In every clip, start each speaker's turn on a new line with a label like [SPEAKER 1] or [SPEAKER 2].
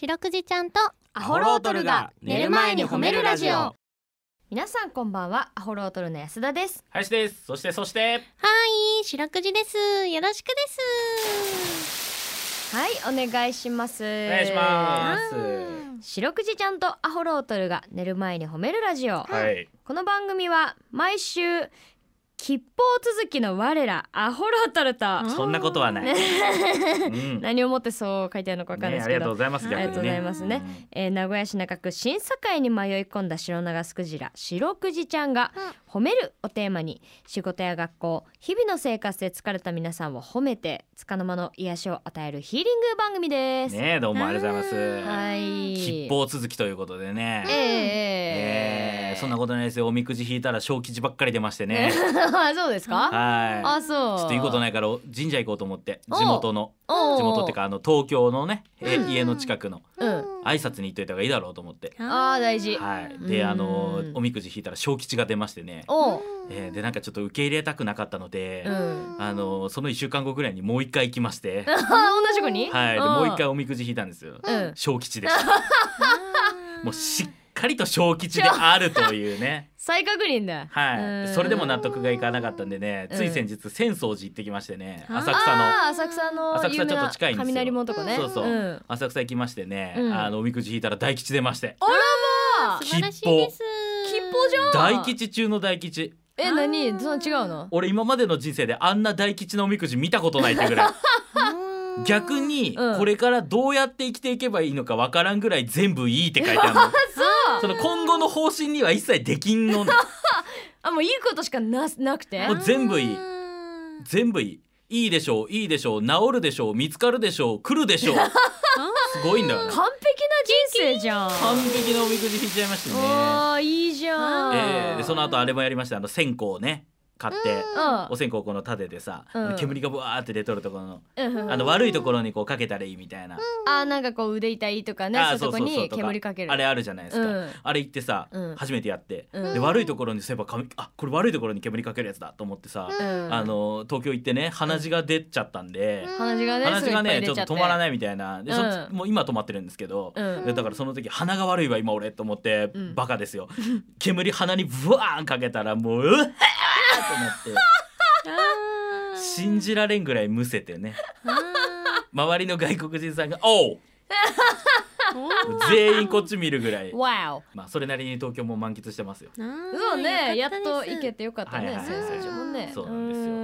[SPEAKER 1] 白くじちゃんと
[SPEAKER 2] ア
[SPEAKER 3] ホロートルが寝る前に褒めるラジオ
[SPEAKER 2] 皆さんこんばんはアホロートルの安田です
[SPEAKER 3] 林ですそしてそして
[SPEAKER 1] はい白くじですよろしくです
[SPEAKER 2] はいお願いしますお
[SPEAKER 3] お願いします
[SPEAKER 2] 白くじちゃんとアホロートルが寝る前に褒めるラジオ
[SPEAKER 3] はい
[SPEAKER 2] この番組は毎週吉報続きの我らアホロートルと
[SPEAKER 3] そんなことはない、うんね
[SPEAKER 2] 何をもってそう書いてあるのかわかんないで
[SPEAKER 3] あ
[SPEAKER 2] す
[SPEAKER 3] り
[SPEAKER 2] け
[SPEAKER 3] がとう
[SPEAKER 2] ど、
[SPEAKER 3] ございます
[SPEAKER 1] あり
[SPEAKER 3] 逆
[SPEAKER 1] が
[SPEAKER 3] に
[SPEAKER 1] と
[SPEAKER 3] ね
[SPEAKER 1] うご
[SPEAKER 2] ざいますねえー名古屋市中区審査会に迷い込んだ白長スクジラ白くじちゃんが褒めるをテーマに仕事や学校日々の生活で疲れた皆さんを褒めて束の間の癒しを与えるヒーリング番組です。
[SPEAKER 3] ねえどうもありがとうございます
[SPEAKER 2] はい。
[SPEAKER 3] 吉報続きということでね
[SPEAKER 2] ええ
[SPEAKER 3] ええそんなことないですよおみくじ引いたら小吉ばっかり出ましてね
[SPEAKER 2] あ そうですか。
[SPEAKER 3] は
[SPEAKER 2] あ
[SPEAKER 3] い
[SPEAKER 2] そう。
[SPEAKER 3] ちょっといいことないから神社行こうと思って
[SPEAKER 2] お
[SPEAKER 3] 地元の
[SPEAKER 2] おうおう。
[SPEAKER 3] 地元ってかあの東京のね、え
[SPEAKER 1] うん
[SPEAKER 3] 家の近くの
[SPEAKER 2] うん
[SPEAKER 3] 挨拶に行っといた方がいいだろうと思って、
[SPEAKER 2] あー大事
[SPEAKER 3] はい、で
[SPEAKER 2] うん
[SPEAKER 3] あのおみくじ引いたら小吉が出ましてね、
[SPEAKER 2] おう。
[SPEAKER 3] えーでなんかちょっと受け入れたくなかったので、
[SPEAKER 2] うん
[SPEAKER 3] あのその1週間後ぐらいにもう一回行きまして、
[SPEAKER 2] あ同じ子に。
[SPEAKER 3] はい、で
[SPEAKER 2] ん
[SPEAKER 3] もう一回。おみくじ引いたんですよ。
[SPEAKER 2] うん。
[SPEAKER 3] 小 吉でした。もうしっかりと小吉であるというね。
[SPEAKER 2] 再確認だ。
[SPEAKER 3] は
[SPEAKER 2] う
[SPEAKER 3] い、
[SPEAKER 2] ん
[SPEAKER 3] それでも納得がいかなかったんでね、つい先日浅草寺行ってきましてね、
[SPEAKER 1] うん
[SPEAKER 3] 浅草の。
[SPEAKER 2] あー浅草の
[SPEAKER 3] 浅
[SPEAKER 2] 有
[SPEAKER 3] 草
[SPEAKER 2] 名
[SPEAKER 3] ちょっ
[SPEAKER 2] な
[SPEAKER 3] と近いんですよ
[SPEAKER 2] 雷門とかね。
[SPEAKER 3] そうそうん浅草行きましてね、
[SPEAKER 2] うん
[SPEAKER 3] あのおみくじ引いたら大吉出まして。
[SPEAKER 2] あ
[SPEAKER 1] 素晴らしいです
[SPEAKER 2] 吉報じゃん。
[SPEAKER 3] 大。吉中の大吉。
[SPEAKER 2] え何その違うの。
[SPEAKER 3] 俺今までの人生であんな大吉のおみくじ見たことないってぐらい。
[SPEAKER 1] うん
[SPEAKER 3] 逆に
[SPEAKER 2] うん
[SPEAKER 3] これからどうやって生きていけばいいのかわからんぐらい全部いいって書いてあるの
[SPEAKER 2] そう。
[SPEAKER 3] その今後の方針には一切でき んのね
[SPEAKER 2] あもういいことしかななくて
[SPEAKER 3] も。う全部いい
[SPEAKER 1] うん
[SPEAKER 3] 全部いいいいでしょういいでしょう治るでしょう見つかるでしょう来るで しょうすごいんだよね
[SPEAKER 2] 完璧な人生じゃん。
[SPEAKER 3] 完璧なおみくじ引いちゃいましたね、
[SPEAKER 2] おーいいじゃん。
[SPEAKER 3] えーでその後あれもやりましたあの線香をね買って
[SPEAKER 2] うん
[SPEAKER 3] お線香をこの盾でさ、
[SPEAKER 2] うん
[SPEAKER 3] 煙がブワーって出とるところの
[SPEAKER 2] うん
[SPEAKER 3] あの悪いところにこうかけたらいいみたいな、
[SPEAKER 2] あなんかこう腕痛いとかね
[SPEAKER 3] あー
[SPEAKER 2] そういうとこ
[SPEAKER 3] そうそうそう
[SPEAKER 2] に
[SPEAKER 3] とか
[SPEAKER 2] 煙かける
[SPEAKER 3] あれあるじゃないですか、
[SPEAKER 2] うん
[SPEAKER 3] あれ行ってさ、
[SPEAKER 2] うん
[SPEAKER 3] 初めてやって、
[SPEAKER 2] うん
[SPEAKER 3] で悪いところにそういえば髪あこれ悪いところに煙かけるやつだと思ってさ、
[SPEAKER 2] うん
[SPEAKER 3] あの東京行ってね鼻血が出ちゃったんで、
[SPEAKER 2] 鼻血がね
[SPEAKER 3] 鼻血がね
[SPEAKER 2] す
[SPEAKER 3] ちょ
[SPEAKER 2] ご
[SPEAKER 3] っと
[SPEAKER 2] いぱい出ゃて
[SPEAKER 3] 止まらないみたいなでそっち
[SPEAKER 2] うん
[SPEAKER 3] もう今止まってるんですけど、
[SPEAKER 2] うん
[SPEAKER 3] でだからその時鼻が悪いわ今俺と思って、
[SPEAKER 2] うん
[SPEAKER 3] バカですよ煙鼻にブワーンかけたらもううっはーと思って
[SPEAKER 1] あー
[SPEAKER 3] 信じられんぐらいむせてね
[SPEAKER 1] あ
[SPEAKER 3] 周りの外国人さんが「おう!
[SPEAKER 1] ーおー」
[SPEAKER 3] 全員こっち見るぐらい。
[SPEAKER 2] わ
[SPEAKER 3] まあそれなりに東京も満喫してますよ。
[SPEAKER 2] お
[SPEAKER 1] あー
[SPEAKER 2] そうね
[SPEAKER 1] よ
[SPEAKER 2] や
[SPEAKER 1] かた
[SPEAKER 2] っ
[SPEAKER 1] です
[SPEAKER 2] と行けてよかった
[SPEAKER 3] はい
[SPEAKER 2] ね
[SPEAKER 3] はい
[SPEAKER 2] 先
[SPEAKER 3] はい
[SPEAKER 2] 生もね
[SPEAKER 3] そうなんですよ
[SPEAKER 2] よ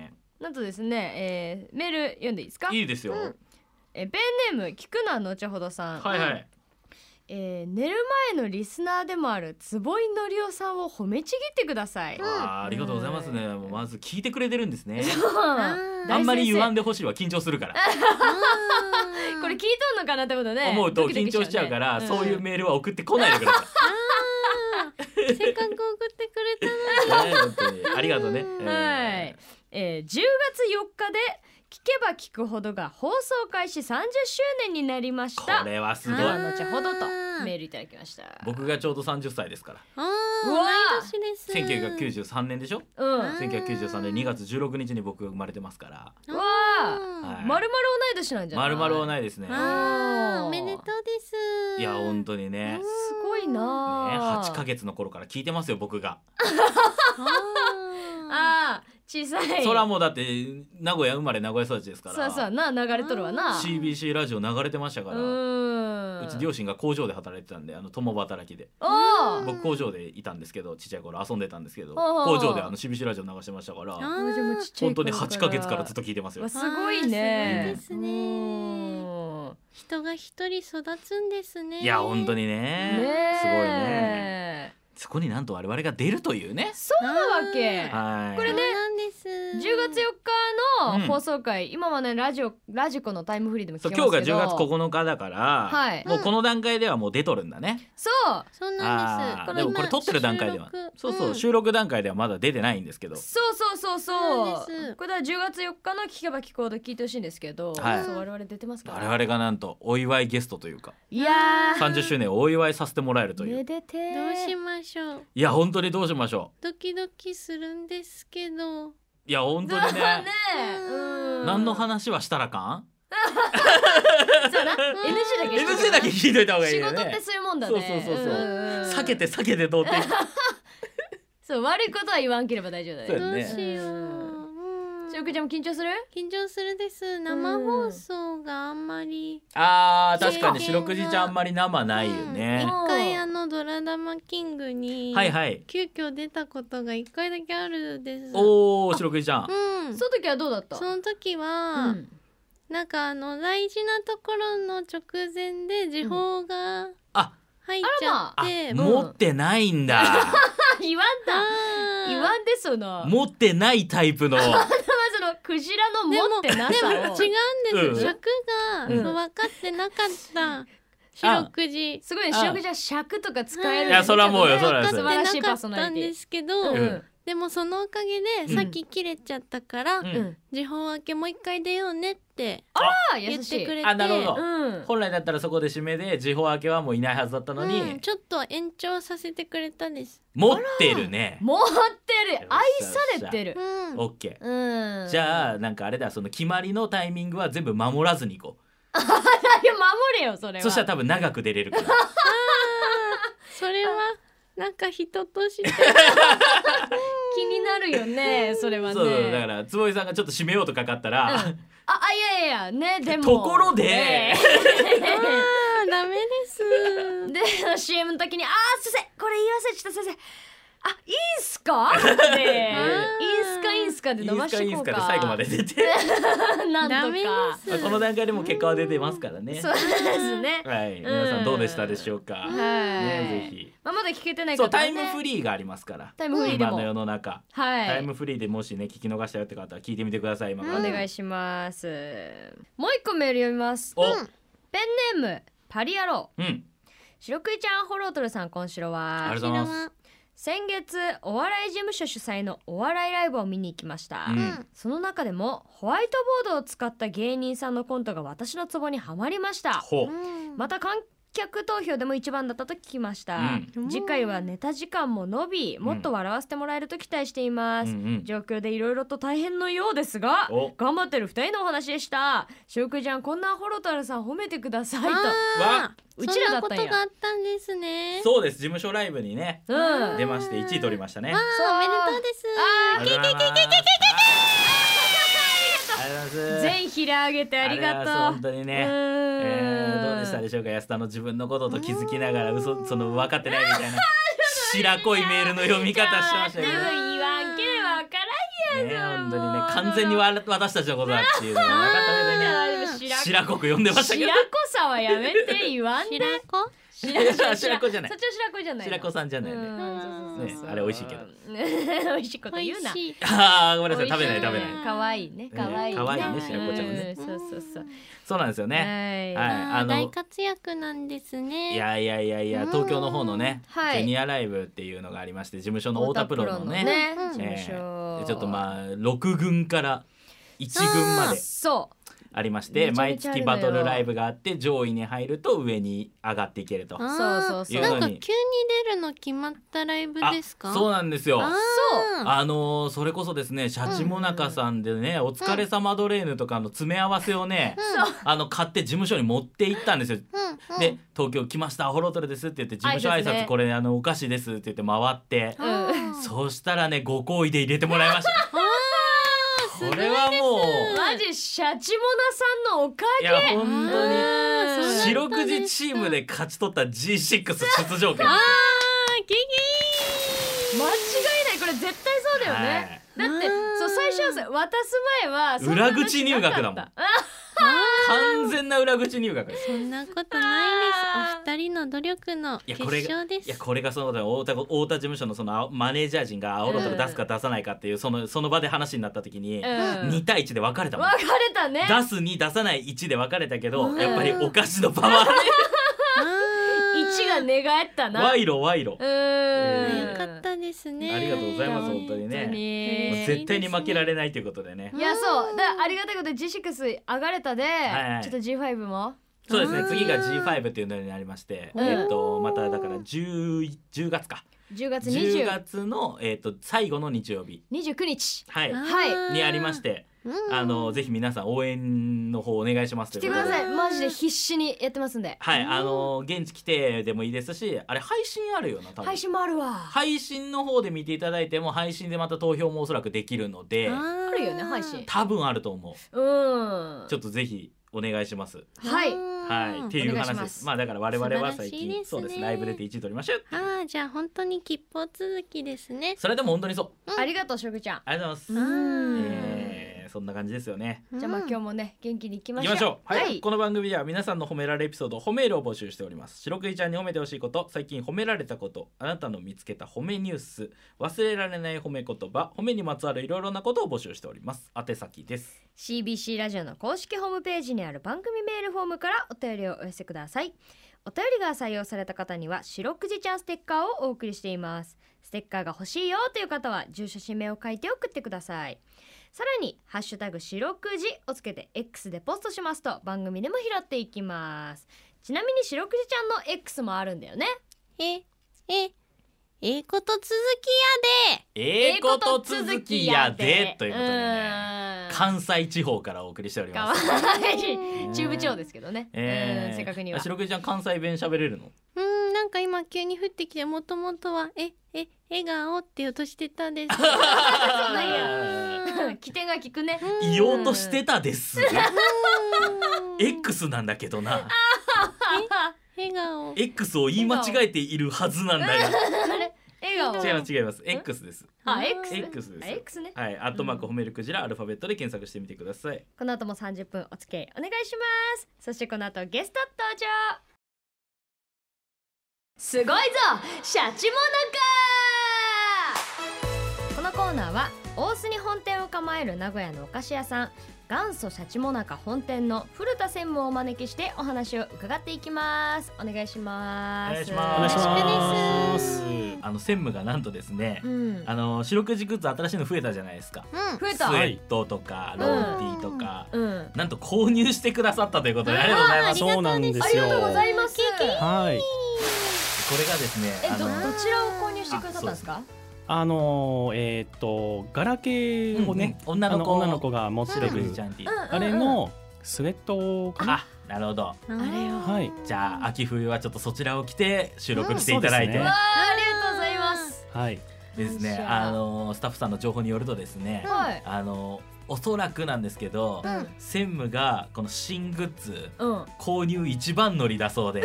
[SPEAKER 3] ね
[SPEAKER 2] なんとですねえーメール読んでいいですか
[SPEAKER 3] えいいですよ。
[SPEAKER 1] うん
[SPEAKER 2] えペンネーム聞くな後ほどさん
[SPEAKER 3] はいはい。
[SPEAKER 2] えー寝る前のリスナーでもある坪井のりおさんを褒めちぎってください
[SPEAKER 3] あーありがとうございますね。もうまず聞いてくれてるんですね。
[SPEAKER 1] あー
[SPEAKER 3] あんまり言わん
[SPEAKER 2] ん
[SPEAKER 3] でほしいわ緊張するから。
[SPEAKER 1] あー
[SPEAKER 2] これ聞いとんのかなってことね
[SPEAKER 3] 思うと
[SPEAKER 2] ドキド
[SPEAKER 3] 緊
[SPEAKER 2] キ
[SPEAKER 3] 張しちゃうから、
[SPEAKER 2] ね
[SPEAKER 3] そうい
[SPEAKER 2] ん
[SPEAKER 3] うメールは送ってこないでくださ
[SPEAKER 1] せっかく送ってくれたの
[SPEAKER 3] い。 ね本当にありがとうね。
[SPEAKER 2] はい、えー、10月4日で聞けば聞くほどが放送開始30周年になりまし
[SPEAKER 3] こ
[SPEAKER 2] た。
[SPEAKER 3] れはすごい
[SPEAKER 2] で。は後ほどと
[SPEAKER 1] あー
[SPEAKER 2] メールいただきました。
[SPEAKER 3] 僕がちょうど30歳ですから。
[SPEAKER 1] あー
[SPEAKER 2] う
[SPEAKER 1] 同
[SPEAKER 2] わ
[SPEAKER 1] い
[SPEAKER 2] ー
[SPEAKER 1] 年です
[SPEAKER 3] 1993年でしょ。
[SPEAKER 2] うん。
[SPEAKER 1] あ
[SPEAKER 2] わ
[SPEAKER 1] ー
[SPEAKER 3] 1993年2月16日に僕が生まれてますから。
[SPEAKER 2] あ、
[SPEAKER 3] は
[SPEAKER 2] ま
[SPEAKER 3] い
[SPEAKER 2] るまる同い年なんじゃな
[SPEAKER 3] ま
[SPEAKER 2] い？
[SPEAKER 3] るまる
[SPEAKER 2] い。
[SPEAKER 3] ないですね。
[SPEAKER 1] あー
[SPEAKER 2] おー
[SPEAKER 1] おめでとうです
[SPEAKER 3] いや本当にね。ね
[SPEAKER 2] すごいなあ。
[SPEAKER 3] 8ヶ月の頃から聞いてますよ僕が。
[SPEAKER 1] あ
[SPEAKER 2] ああ、小さい。
[SPEAKER 3] それはもうだって名古屋生まれ名古屋育ちですから
[SPEAKER 2] そうそうな流れとるわな。う
[SPEAKER 3] CBC ラジオ流れてましたから、う
[SPEAKER 2] ーん。
[SPEAKER 3] ち両親が工場で働いてたんであの共働きで
[SPEAKER 2] お
[SPEAKER 1] うん
[SPEAKER 2] ー
[SPEAKER 3] 僕工場でいたんですけどちっちゃい頃遊んでたんですけど
[SPEAKER 2] おうおう
[SPEAKER 3] 工場であの CBC ラジオ流してましたから
[SPEAKER 1] あ
[SPEAKER 2] あーじゃあもうちっちゃい
[SPEAKER 3] 本当
[SPEAKER 2] 頃
[SPEAKER 3] に8ヶ月からずっと聞いてますよ
[SPEAKER 2] わすごいね
[SPEAKER 1] あー。すごいですね
[SPEAKER 2] うん
[SPEAKER 1] 人が一人育つんですね
[SPEAKER 3] いや本当にね
[SPEAKER 2] ねえ
[SPEAKER 3] すごいねそこになんと我々が出るというね
[SPEAKER 2] そうなわけ
[SPEAKER 1] あ
[SPEAKER 3] はい
[SPEAKER 2] これ
[SPEAKER 1] そう
[SPEAKER 2] ね
[SPEAKER 1] なんです
[SPEAKER 2] 10月4日の放送回、今はねラジオラジコのタイムフリーでも聞け
[SPEAKER 3] そう
[SPEAKER 2] ますけ
[SPEAKER 3] 今日が
[SPEAKER 2] ど
[SPEAKER 3] 10月9日だから、
[SPEAKER 2] はい
[SPEAKER 3] もうこの段階ではもう出とるんだね、
[SPEAKER 2] そう
[SPEAKER 1] そうなんです
[SPEAKER 3] あーでもこれ撮ってる段階ではそうそう、
[SPEAKER 1] 収録
[SPEAKER 3] 収録段階ではまだ出てないんですけど
[SPEAKER 2] そうそうそ
[SPEAKER 1] そ
[SPEAKER 2] う
[SPEAKER 1] う
[SPEAKER 2] そ
[SPEAKER 1] なんで
[SPEAKER 2] う
[SPEAKER 1] す
[SPEAKER 2] これは10月4日の聞けば聞くほど聞いてほしいんですけど、
[SPEAKER 3] はい
[SPEAKER 2] そう我々出てますから
[SPEAKER 3] 我々がなんとお祝いゲストというか
[SPEAKER 2] いや
[SPEAKER 3] 30周年をお祝いさせてもらえると
[SPEAKER 2] ー
[SPEAKER 3] い
[SPEAKER 2] め
[SPEAKER 3] う
[SPEAKER 2] でてー
[SPEAKER 1] どうしましょう
[SPEAKER 3] いや本当にどうしましょ
[SPEAKER 1] ドキドキするんですけど
[SPEAKER 3] ういや本当
[SPEAKER 2] そう
[SPEAKER 3] に
[SPEAKER 2] だ
[SPEAKER 3] ね
[SPEAKER 2] ねうん
[SPEAKER 3] 何の話はしたらかん
[SPEAKER 2] そうな NG だけ
[SPEAKER 3] NG だけ聞いといた方がいい
[SPEAKER 2] 仕
[SPEAKER 3] よ
[SPEAKER 2] 事っ
[SPEAKER 3] ね
[SPEAKER 2] てそういうもんだね
[SPEAKER 3] そうそうそうそうん
[SPEAKER 2] んん
[SPEAKER 3] 避けて避けて通っていく
[SPEAKER 2] そう悪いことは言わんければ大丈夫だ
[SPEAKER 3] そう
[SPEAKER 2] よ
[SPEAKER 1] ど
[SPEAKER 3] や
[SPEAKER 2] ね
[SPEAKER 1] う
[SPEAKER 3] ね
[SPEAKER 1] しよううん
[SPEAKER 2] しおくちゃんも緊張する
[SPEAKER 1] 緊張するです生放送があんまり
[SPEAKER 3] あー確かに白くじちゃんあんまり生ないよね
[SPEAKER 1] うん
[SPEAKER 2] うん
[SPEAKER 1] 一回あのドラダマキングに
[SPEAKER 3] はいはい
[SPEAKER 1] 急遽出たことが一回だけあるです
[SPEAKER 3] おー白くじちゃん
[SPEAKER 1] うん
[SPEAKER 2] その時はどうだった
[SPEAKER 1] その時
[SPEAKER 2] う
[SPEAKER 1] は
[SPEAKER 2] ん
[SPEAKER 1] なんかあの大事なところの直前で時報が
[SPEAKER 3] あ
[SPEAKER 1] 入っちゃ
[SPEAKER 3] あ
[SPEAKER 1] って、
[SPEAKER 2] ま
[SPEAKER 1] も
[SPEAKER 2] あ
[SPEAKER 1] う
[SPEAKER 3] 持ってないんだ
[SPEAKER 2] あ言わんだ言わ
[SPEAKER 1] ん
[SPEAKER 2] んでそのま
[SPEAKER 3] 持ってないタイプ の
[SPEAKER 2] ずそのクジラの持ってなさ
[SPEAKER 1] でも
[SPEAKER 2] を
[SPEAKER 1] 違うんです、
[SPEAKER 3] うん
[SPEAKER 1] 尺が、
[SPEAKER 3] うん
[SPEAKER 1] そう分かってなかった四六時
[SPEAKER 2] すごいね
[SPEAKER 3] あ
[SPEAKER 2] しおくちゃん尺とか使える
[SPEAKER 1] いや
[SPEAKER 3] そらもうよそら
[SPEAKER 1] 分かって
[SPEAKER 3] よそら
[SPEAKER 2] 素晴らしいパ
[SPEAKER 1] な
[SPEAKER 2] ー
[SPEAKER 1] か
[SPEAKER 2] ソ
[SPEAKER 1] っ
[SPEAKER 2] ナ
[SPEAKER 1] たん
[SPEAKER 2] リティ
[SPEAKER 1] ですけど、
[SPEAKER 3] うん
[SPEAKER 1] でもそのおかげ
[SPEAKER 2] う
[SPEAKER 1] で
[SPEAKER 2] ん
[SPEAKER 1] さっき切れちゃったから、
[SPEAKER 3] うん
[SPEAKER 2] うん
[SPEAKER 1] 時報明けもう一回出ようねって
[SPEAKER 2] ああ
[SPEAKER 1] 言
[SPEAKER 2] 優
[SPEAKER 1] っ
[SPEAKER 2] しい
[SPEAKER 1] てくれて
[SPEAKER 3] あなるほど
[SPEAKER 2] うん
[SPEAKER 3] 本来だったらそこで締めで時報明けはもういないはずだったのに、
[SPEAKER 1] うんちょっと延長させてくれたです。
[SPEAKER 3] 持ってるね
[SPEAKER 2] 持ってる愛されてる
[SPEAKER 1] うん、
[SPEAKER 3] オッケー
[SPEAKER 2] うん
[SPEAKER 3] じゃ
[SPEAKER 2] あ
[SPEAKER 3] あなんかあれだその決まりのタイミングは全部守らずにいこ
[SPEAKER 2] いや守れよそ
[SPEAKER 3] う
[SPEAKER 2] れは
[SPEAKER 3] そしたら多分長く出れるから
[SPEAKER 1] それはなんか人として
[SPEAKER 2] 気になる よねそれはね
[SPEAKER 3] そうそうだから坪井さんがちょっと締めようとかかったら、
[SPEAKER 2] うんああいやいやいやねでも
[SPEAKER 3] ところで
[SPEAKER 2] ね
[SPEAKER 1] あーダメです。
[SPEAKER 2] で CM の時に「あー先生これ言い忘れちゃった先生あいいんす か?」って
[SPEAKER 3] あ
[SPEAKER 1] ー
[SPEAKER 2] 「いいんすかいいんすか」で
[SPEAKER 3] いい
[SPEAKER 2] 伸ば
[SPEAKER 3] ん
[SPEAKER 2] し
[SPEAKER 3] すか
[SPEAKER 2] て
[SPEAKER 3] い
[SPEAKER 2] い
[SPEAKER 3] いん
[SPEAKER 2] こ
[SPEAKER 3] す
[SPEAKER 2] う
[SPEAKER 3] か
[SPEAKER 2] か
[SPEAKER 3] で最後まで出て
[SPEAKER 2] なん
[SPEAKER 1] ダメで
[SPEAKER 2] とか
[SPEAKER 3] まあ
[SPEAKER 1] す。
[SPEAKER 3] この段階でもう結果は出てますからね
[SPEAKER 2] そうですね
[SPEAKER 3] はい皆さんどうでしたでしょうか、
[SPEAKER 1] うん
[SPEAKER 3] ね
[SPEAKER 2] は
[SPEAKER 3] ぜ
[SPEAKER 2] い
[SPEAKER 3] ひ
[SPEAKER 2] まあまだ聞けてない
[SPEAKER 3] そ
[SPEAKER 2] 方
[SPEAKER 3] うタイム
[SPEAKER 2] ね
[SPEAKER 3] フリーがありますから
[SPEAKER 2] タイムフリーで
[SPEAKER 3] 今
[SPEAKER 2] も
[SPEAKER 3] の世の中、
[SPEAKER 2] は
[SPEAKER 3] タイ
[SPEAKER 2] い
[SPEAKER 3] ムフリーでもしね聞き逃したよって方は聞いてみてください今
[SPEAKER 2] お
[SPEAKER 3] からね、
[SPEAKER 2] 願いしますもう一個メール読みます
[SPEAKER 3] お、
[SPEAKER 2] ペンネームパリ野郎
[SPEAKER 3] うん、
[SPEAKER 2] 白クイちゃんホロートルさんこんしろは
[SPEAKER 3] ありがとうございます
[SPEAKER 1] す。
[SPEAKER 2] 先月お笑い事務所主催のお笑いライブを見に行きました、
[SPEAKER 3] うん
[SPEAKER 1] うん
[SPEAKER 2] その中でもホワイトボードを使った芸人さんのコントが私のツボにはまりました
[SPEAKER 3] ほう、
[SPEAKER 1] うん
[SPEAKER 2] また観客投票でも一番だったと聞きました、
[SPEAKER 1] うん
[SPEAKER 2] 次回はネタ時間も伸びもっと笑わせてもらえると期待していま
[SPEAKER 3] うん
[SPEAKER 2] す、
[SPEAKER 3] うん、
[SPEAKER 2] 状況でいろいろと大変のようですが
[SPEAKER 3] お
[SPEAKER 2] 頑張ってる二人のお話でしたしょうくじゃんこんなホロタルさん褒めてくださいと
[SPEAKER 1] あー
[SPEAKER 2] うちらだったんや
[SPEAKER 1] そんなことがあったんですね。
[SPEAKER 3] そうです事務所ライブにね
[SPEAKER 2] うん
[SPEAKER 1] ん
[SPEAKER 3] 出まして1位取りましたね
[SPEAKER 1] わ
[SPEAKER 2] そう
[SPEAKER 1] あおめでとうです。
[SPEAKER 2] あ
[SPEAKER 3] ありがとうございますありがとうございます
[SPEAKER 2] 全平あげてありがとう
[SPEAKER 3] あ本当に
[SPEAKER 2] う
[SPEAKER 3] ね
[SPEAKER 2] ーん
[SPEAKER 3] えーどうでしたでしょうか安田の自分のことと気づきながら嘘その分かってないみたいな白濃いメールの読み方してましたけ
[SPEAKER 2] じゃあ言わんければわか
[SPEAKER 3] どね
[SPEAKER 2] ゃあ
[SPEAKER 3] 本当にね完全にわ私たちのことだっていうのが分かった上でね
[SPEAKER 2] らんやん白
[SPEAKER 3] 白濃く読んでましたけど
[SPEAKER 2] 白子さはやめて言わんで
[SPEAKER 1] 白子。
[SPEAKER 3] 白 白子じゃない
[SPEAKER 2] そっちは白子じゃないの
[SPEAKER 3] 白子さんじゃないね
[SPEAKER 2] うんそうそうそうそう
[SPEAKER 3] ねあれ美味しいけど
[SPEAKER 2] 美味しいこと
[SPEAKER 1] 美
[SPEAKER 2] 言
[SPEAKER 1] 味
[SPEAKER 2] うな
[SPEAKER 1] しい。
[SPEAKER 3] あーごめんなさい食べない
[SPEAKER 2] 美
[SPEAKER 3] 食
[SPEAKER 2] 味
[SPEAKER 3] べ
[SPEAKER 2] し
[SPEAKER 3] ない
[SPEAKER 2] かわいいね
[SPEAKER 3] うん
[SPEAKER 2] かわいい
[SPEAKER 3] 可愛いね
[SPEAKER 1] 白子ちゃんも
[SPEAKER 3] ね
[SPEAKER 2] うんそうそうそう
[SPEAKER 3] そうなんですよね
[SPEAKER 2] は
[SPEAKER 3] はいい
[SPEAKER 1] あー
[SPEAKER 3] あの
[SPEAKER 1] 大活躍なんですね。
[SPEAKER 3] いやいやいやいや東京の方のね
[SPEAKER 2] はい
[SPEAKER 3] ジュニアライブっていうのがありまして事務所の太田プロのね
[SPEAKER 1] うん
[SPEAKER 2] 事務
[SPEAKER 3] え
[SPEAKER 2] 所
[SPEAKER 3] ーちょっとまあ6軍から1軍まで
[SPEAKER 2] そう
[SPEAKER 3] ありまして
[SPEAKER 2] めちゃ
[SPEAKER 3] 毎
[SPEAKER 2] めちゃある
[SPEAKER 3] 月
[SPEAKER 2] のよ
[SPEAKER 3] バトルライブがあって上位に入ると上に上がっていけると
[SPEAKER 1] あー
[SPEAKER 2] そうそうそう
[SPEAKER 1] なんか急に出るの決まったライブですか。
[SPEAKER 3] そうなんですよ
[SPEAKER 1] あー
[SPEAKER 3] あのーそれこそですねシャチモナカさんでね「お疲れ様ドレーヌ」とかの詰め合わせ をねあの買って事務所に持って行ったんですよ。
[SPEAKER 1] うんうん
[SPEAKER 3] で「東京来ましたホロトレです」って言って事務所
[SPEAKER 2] あ
[SPEAKER 3] 挨
[SPEAKER 2] いいですね
[SPEAKER 3] 拶これあのお菓子ですって言って回って
[SPEAKER 1] あー
[SPEAKER 3] そしたらねご好意で入れてもらいま した。
[SPEAKER 1] あーすごい
[SPEAKER 3] これはもう
[SPEAKER 2] マジシャチモナさんのおか
[SPEAKER 3] い
[SPEAKER 2] げ
[SPEAKER 3] や本当に
[SPEAKER 1] あーそうなんだ
[SPEAKER 3] 白くじチームで勝ち取った G6 出場権
[SPEAKER 1] あーゲ
[SPEAKER 2] 間違いないこれ絶対そうだよね、
[SPEAKER 3] はい
[SPEAKER 2] だって
[SPEAKER 1] うん
[SPEAKER 2] そう最初はさ渡す前はそんな
[SPEAKER 3] 裏口入学だもん
[SPEAKER 2] なかった
[SPEAKER 3] 完全な裏口入学です。
[SPEAKER 1] ギーそんなことない
[SPEAKER 2] あー
[SPEAKER 1] ですお二人の努力の
[SPEAKER 3] いや
[SPEAKER 1] 結
[SPEAKER 3] これ
[SPEAKER 1] 晶で
[SPEAKER 3] いや
[SPEAKER 1] す
[SPEAKER 3] これがその太田太田事務所のそのあマネージャー陣が青ロトル出すか出さないかっていうそのその場で話になった時に
[SPEAKER 2] うん
[SPEAKER 3] 2対1で分かれたもん
[SPEAKER 2] 別れたね
[SPEAKER 3] 出す2出さない1で分かれたけ
[SPEAKER 1] う
[SPEAKER 3] ど
[SPEAKER 1] ん
[SPEAKER 3] やっぱりお菓子のパワー
[SPEAKER 2] 一が
[SPEAKER 1] ね
[SPEAKER 2] 寝返った
[SPEAKER 3] で
[SPEAKER 2] な
[SPEAKER 3] 賄賂賄賂
[SPEAKER 2] うーん
[SPEAKER 1] よかったですね
[SPEAKER 3] ありがとうございます本当にね
[SPEAKER 2] 本当に
[SPEAKER 1] もう
[SPEAKER 3] 絶対に負けられないということでね
[SPEAKER 2] いやそうだからありがたいことで G6 上がれたで、
[SPEAKER 3] いはい
[SPEAKER 2] ちょっと G5 も
[SPEAKER 3] そうですね
[SPEAKER 1] うん
[SPEAKER 3] 次が G5 っていうのになりまして
[SPEAKER 2] うん
[SPEAKER 3] えっとまただから 10, 10月か
[SPEAKER 2] 10月
[SPEAKER 3] 10
[SPEAKER 2] 20
[SPEAKER 3] 月のえっと最後の日曜日
[SPEAKER 2] 29日
[SPEAKER 3] はい
[SPEAKER 2] はい
[SPEAKER 3] にありまして
[SPEAKER 1] うん
[SPEAKER 3] あのぜひ皆さん応援の方お願いしますとい
[SPEAKER 2] 来て
[SPEAKER 3] う
[SPEAKER 2] く
[SPEAKER 3] こと
[SPEAKER 2] だ
[SPEAKER 3] で
[SPEAKER 2] さいマジで必死にやってますんで
[SPEAKER 3] はい、
[SPEAKER 1] うん
[SPEAKER 3] あの現地来てでもいいですしあれ配信あるよな多分
[SPEAKER 2] 配信もあるわ、
[SPEAKER 3] 配信の方で見ていただいても配信でまた投票もおそらくできるので
[SPEAKER 1] あ
[SPEAKER 2] るよね配信
[SPEAKER 3] 多分あると思う
[SPEAKER 2] うん
[SPEAKER 3] ちょっとぜひお願いします
[SPEAKER 2] はい
[SPEAKER 3] はいっていう
[SPEAKER 2] お願いし
[SPEAKER 3] 話
[SPEAKER 2] ま
[SPEAKER 3] ですすまあだから我々は
[SPEAKER 1] 素晴ら
[SPEAKER 3] 最
[SPEAKER 1] しい
[SPEAKER 3] 近
[SPEAKER 1] ですね
[SPEAKER 3] そうですライブ出て1位取りましょう
[SPEAKER 1] ああじゃあ本当に吉報続きですね
[SPEAKER 3] それでも本当にそう
[SPEAKER 2] ありがとうしょぐちゃん
[SPEAKER 3] ありがとうございます、
[SPEAKER 1] うん
[SPEAKER 3] えーそんな感じですよね
[SPEAKER 2] じゃあまあ
[SPEAKER 1] うん
[SPEAKER 2] 今日もね元気にいきま
[SPEAKER 3] 行
[SPEAKER 2] し
[SPEAKER 3] き
[SPEAKER 2] ょう
[SPEAKER 3] ましょう、
[SPEAKER 2] は、
[SPEAKER 3] はいい、この番組では皆さんの褒められエピソード褒めールを募集しております白クイちゃんに褒めてほしいこと最近褒められたことあなたの見つけた褒めニュース忘れられない褒め言葉褒めにまつわるいろいろなことを募集しております宛先です
[SPEAKER 2] CBC ラジオの公式ホームページにある番組メールフォームからお便りをお寄せくださいお便りが採用された方には「白くじちゃんステッカー」をお送りしていますステッカーが欲しいよという方は住所氏名を書いて送ってくださいさらに「ハッシュタグ白くじ」をつけて X でポストしますと番組でも拾っていきますちなみに白くじちゃんの X もあるんだよね
[SPEAKER 1] ええええこと続きやで
[SPEAKER 3] ええこと続きやでということでね
[SPEAKER 2] うーん
[SPEAKER 3] 関西地方からお送りしており
[SPEAKER 2] か
[SPEAKER 3] ま
[SPEAKER 2] わ
[SPEAKER 3] す
[SPEAKER 2] いい 中部地方ですけどね、
[SPEAKER 3] え
[SPEAKER 2] うん
[SPEAKER 3] ー、
[SPEAKER 2] 正確には
[SPEAKER 3] 白クイちゃん関西弁喋れるの
[SPEAKER 1] うんなんか今急に降ってきてもともとはええ笑顔って言おうとしてた です
[SPEAKER 2] ないや
[SPEAKER 1] うん
[SPEAKER 2] 起点が効くね
[SPEAKER 3] 言おうとしてたです
[SPEAKER 1] うん
[SPEAKER 3] X なんだけどな
[SPEAKER 1] 笑顔
[SPEAKER 3] X を言い間違えているはずなんだが
[SPEAKER 2] 笑顔
[SPEAKER 3] 違います違います X です
[SPEAKER 2] あ X
[SPEAKER 3] X です
[SPEAKER 2] あ X ね
[SPEAKER 3] はい、アットマーク褒めるクジラアルファベットで検索してみてください。
[SPEAKER 2] この後も30分お付き合いお願いしますそしてこの後ゲスト登場すごいぞシャチモナカこのコーナーは大須に本店を構える名古屋のお菓子屋さん元祖シャチモナカ本店の古田専務をお招きしてお話を伺っていきますお願いします
[SPEAKER 4] お願いします
[SPEAKER 1] お願いします
[SPEAKER 3] あの専務がなんとですね、
[SPEAKER 2] うん
[SPEAKER 3] あの白くじグッズ新しいの増えたじゃないですか。
[SPEAKER 1] うん
[SPEAKER 2] 増え
[SPEAKER 3] スウ
[SPEAKER 2] た
[SPEAKER 3] ェットとかローティーとか、
[SPEAKER 2] うん
[SPEAKER 3] なんと購入してくださったということでありがとうございます。
[SPEAKER 4] そうなんで
[SPEAKER 2] あ
[SPEAKER 4] す
[SPEAKER 2] り
[SPEAKER 4] よ。
[SPEAKER 2] がとうございます。
[SPEAKER 4] はい。
[SPEAKER 3] これがですね
[SPEAKER 2] え、、
[SPEAKER 3] あ
[SPEAKER 2] ど、
[SPEAKER 3] の
[SPEAKER 2] どちらを購入してくださったんですか。
[SPEAKER 4] あのーえっ、とガラケーをね、
[SPEAKER 3] うん女の子
[SPEAKER 4] あ女の子が持って
[SPEAKER 3] 白く
[SPEAKER 4] る
[SPEAKER 3] じちゃんっていう、
[SPEAKER 2] うんうんうん
[SPEAKER 4] あれ。のスウェットかな。
[SPEAKER 3] あ、なるほど。
[SPEAKER 1] あ
[SPEAKER 2] れを
[SPEAKER 4] はい
[SPEAKER 3] じゃあ秋冬はちょっとそちらを着て収録していただいて、
[SPEAKER 4] うんそう
[SPEAKER 2] わあ、ありがとうございます。
[SPEAKER 4] はい。
[SPEAKER 3] です
[SPEAKER 2] よっ
[SPEAKER 3] ね
[SPEAKER 2] し。ゃ
[SPEAKER 3] あのスタッフさんの情報によるとですね、
[SPEAKER 2] はい。
[SPEAKER 3] あのおそらくなんですけど、
[SPEAKER 1] うん
[SPEAKER 3] 専務がこの新グッズ
[SPEAKER 2] うん。
[SPEAKER 3] 購入一番乗りだそうで
[SPEAKER 4] お、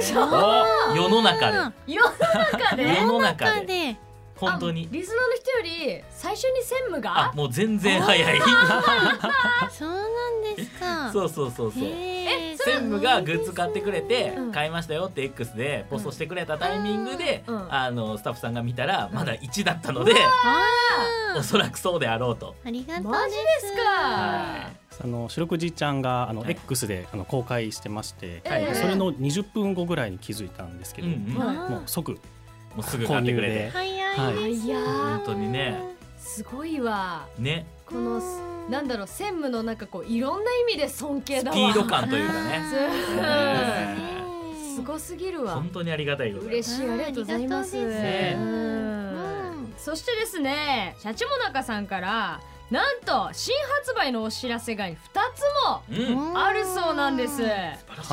[SPEAKER 3] 世の中
[SPEAKER 2] 世の中
[SPEAKER 3] で
[SPEAKER 2] で。
[SPEAKER 3] 世の中
[SPEAKER 1] 中
[SPEAKER 3] で
[SPEAKER 1] で
[SPEAKER 3] 本当に
[SPEAKER 2] あリスナーの人より、最初に専務
[SPEAKER 3] あ
[SPEAKER 2] が。
[SPEAKER 3] もう全然早い
[SPEAKER 1] そうなんですか
[SPEAKER 3] そうそうそうそう
[SPEAKER 1] へえ
[SPEAKER 3] 専務がグッズ買ってくれて
[SPEAKER 2] うん
[SPEAKER 3] 買いましたよって X でポストしてくれたタイミングで
[SPEAKER 2] うん
[SPEAKER 3] あのスタッフさんが見たらまだ1だったのでおそらくそうであろうと
[SPEAKER 1] ありがとう
[SPEAKER 2] マジですか
[SPEAKER 3] は。
[SPEAKER 4] あの白くじちゃんがあの、
[SPEAKER 3] はい
[SPEAKER 4] X であの公開してまして、
[SPEAKER 3] はい
[SPEAKER 2] ええ
[SPEAKER 4] それ。の20分後ぐらいに気づいたんですけ
[SPEAKER 3] うん
[SPEAKER 4] ど、
[SPEAKER 3] うん
[SPEAKER 2] は
[SPEAKER 3] も
[SPEAKER 2] い
[SPEAKER 4] もう即
[SPEAKER 3] うすぐ買ってくれ
[SPEAKER 4] 購入
[SPEAKER 3] て
[SPEAKER 4] で
[SPEAKER 1] 早い
[SPEAKER 2] あ
[SPEAKER 1] です
[SPEAKER 2] いや
[SPEAKER 3] 本
[SPEAKER 2] ー、
[SPEAKER 3] 当にね
[SPEAKER 2] すごいわ。
[SPEAKER 3] ね
[SPEAKER 2] このす。なんだろう、専務のなんかこう、いろんな意味で尊敬
[SPEAKER 3] スピ
[SPEAKER 2] だわ。
[SPEAKER 3] ード感というかね
[SPEAKER 2] す
[SPEAKER 1] うん
[SPEAKER 2] すごすぎるわ
[SPEAKER 3] 本。当にありがたいこと
[SPEAKER 2] 嬉しい、ありがとうございます。
[SPEAKER 1] ありがとう
[SPEAKER 3] です
[SPEAKER 2] うんそしてですね、シャチモナカさんから、なんと新発売のお知らせが2つも
[SPEAKER 3] うん
[SPEAKER 2] あるそうなんです。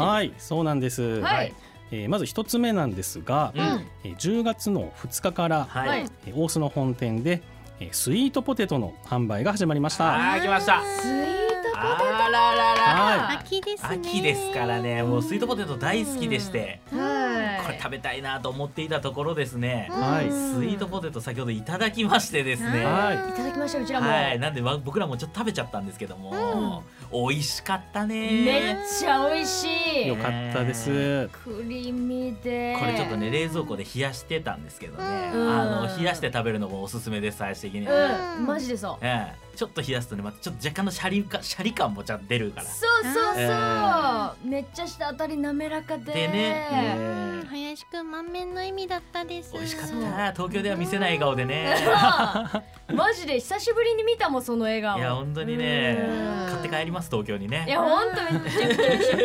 [SPEAKER 4] はいそうなんです、
[SPEAKER 2] はい、
[SPEAKER 4] えーまず一つ目なんですが、
[SPEAKER 3] うん
[SPEAKER 4] えー10月の2日から、
[SPEAKER 3] は
[SPEAKER 2] はいい
[SPEAKER 4] えー大須の本店で、えースイートポテトの販売が始まりました。
[SPEAKER 3] あー来ました
[SPEAKER 2] スイートポテト
[SPEAKER 3] あららら
[SPEAKER 4] は
[SPEAKER 1] 秋ですね
[SPEAKER 3] 秋ですからねもうスイートポテト大好きでして
[SPEAKER 2] はい
[SPEAKER 3] これ食べたいなと思っていたところですね
[SPEAKER 1] うん
[SPEAKER 4] はい
[SPEAKER 3] スイートポテト先ほどいただきましてですね
[SPEAKER 4] はい
[SPEAKER 2] いただきましたうちらも、
[SPEAKER 3] はいなんでわ僕らもちょっと食べちゃったんですけども美味しかった
[SPEAKER 2] めっ
[SPEAKER 3] ね
[SPEAKER 2] ちゃ美味しい
[SPEAKER 4] よかったです。
[SPEAKER 2] クリーミーで
[SPEAKER 3] これちょっとね冷蔵庫で冷やしてたんですけどね
[SPEAKER 2] うん
[SPEAKER 3] あの冷やして食べるのもおすすめです最終的には
[SPEAKER 2] うんマジでそう
[SPEAKER 3] ええちょっと冷やすとねまたちょっと若干のシャリかシャリ感もちゃんと出るから
[SPEAKER 2] そうそうそう、
[SPEAKER 3] え
[SPEAKER 2] めっちゃ下あたり滑らか
[SPEAKER 3] で
[SPEAKER 2] で
[SPEAKER 3] ね
[SPEAKER 1] うん林くん満面の意味だったです
[SPEAKER 3] 美味しかった
[SPEAKER 2] そう
[SPEAKER 3] な東京では見せない笑顔でね
[SPEAKER 2] マジで久しぶりに見たもんその笑顔
[SPEAKER 3] いや本当にね
[SPEAKER 2] うん
[SPEAKER 3] 買って帰ります東京に
[SPEAKER 2] い
[SPEAKER 3] ね
[SPEAKER 2] や本当にめっちゃ美味しいこ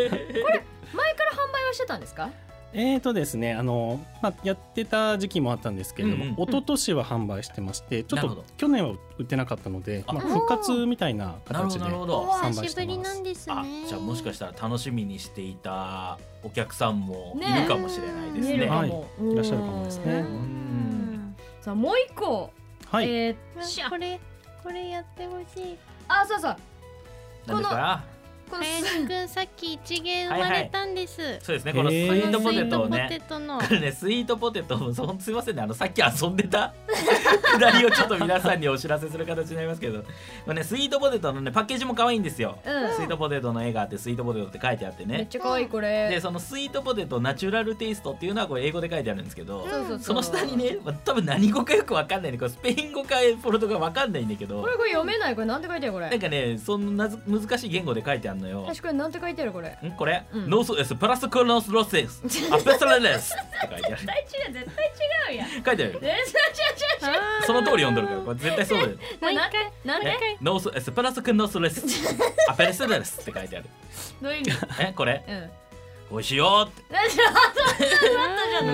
[SPEAKER 2] れ前から販売はしてたんですか
[SPEAKER 4] えーとですねあの、まあ、やってた時期もあったんですけれども、
[SPEAKER 3] うんうん
[SPEAKER 4] 一昨年は販売してましてちょっ
[SPEAKER 3] なるほ
[SPEAKER 4] と
[SPEAKER 3] ど
[SPEAKER 4] 去年は売ってなかったので、まあ、
[SPEAKER 3] あ
[SPEAKER 4] 復活みたいな
[SPEAKER 3] なるほど
[SPEAKER 4] 形で
[SPEAKER 3] なるほ
[SPEAKER 1] お
[SPEAKER 3] ど。
[SPEAKER 4] 販売してます
[SPEAKER 1] 久しぶりなんですね
[SPEAKER 3] あじゃあもしかしたら楽しみにしていたお客さんも
[SPEAKER 2] ね
[SPEAKER 3] いるかもしれないですね。
[SPEAKER 2] 見えるか
[SPEAKER 4] はい
[SPEAKER 2] も、
[SPEAKER 4] いらっしゃるかもですね
[SPEAKER 2] う
[SPEAKER 1] うんん
[SPEAKER 2] さあもう一個、
[SPEAKER 4] はい、
[SPEAKER 2] えーし
[SPEAKER 1] あ
[SPEAKER 2] ゃ
[SPEAKER 1] これこれやってほしい
[SPEAKER 2] あそうそう
[SPEAKER 3] なんですか
[SPEAKER 2] このす
[SPEAKER 1] 林くんさっき一芸生まれたんです、
[SPEAKER 3] そうですねこのスイ
[SPEAKER 4] へー
[SPEAKER 3] ートポテトを
[SPEAKER 1] スイートポテ
[SPEAKER 3] ね。
[SPEAKER 1] トの
[SPEAKER 3] これねスイートポテトもそのすいませんねあのさっき遊んでたくだりをちょっと皆さんにお知らせする形になりますけど、まあね、スイートポテトのねパッケージも可愛いんですよ。
[SPEAKER 2] うん
[SPEAKER 3] スイートポテトの絵があってスイートポテトって書いてあって
[SPEAKER 2] めっ
[SPEAKER 3] ね。
[SPEAKER 2] ちゃ可愛いこ
[SPEAKER 3] で
[SPEAKER 2] れ
[SPEAKER 3] そのスイートポテトナチュラルテイストっていうのはこれ英語で書いてあるんですけど、
[SPEAKER 2] そうそう
[SPEAKER 3] その下にね、まあ、多分何語かよくわかんないねこれスペイン語かポルトガルわかんないんだけど
[SPEAKER 2] これこれ読めないこれなんて書いてあるこ
[SPEAKER 3] なん
[SPEAKER 2] れ
[SPEAKER 3] かねそんなず難しい言語で書いてあるのよ。
[SPEAKER 2] 確かになんて書いてあるこれ
[SPEAKER 3] んこれ、
[SPEAKER 2] うん
[SPEAKER 3] ノースエスプラスコノスロセスアペソラレスって書いてある
[SPEAKER 2] 対違う絶対違う やん
[SPEAKER 3] 書いてあるよ
[SPEAKER 2] 全然違う違う違う
[SPEAKER 3] その通り読んどるからこれ絶対そうだよ
[SPEAKER 2] もうなんでなんで
[SPEAKER 3] えノースエスプラスコノスロセスアペソラレスって書いてある
[SPEAKER 2] どういう意味
[SPEAKER 3] えこれ
[SPEAKER 2] うん
[SPEAKER 3] 美 味しいよって
[SPEAKER 2] なんで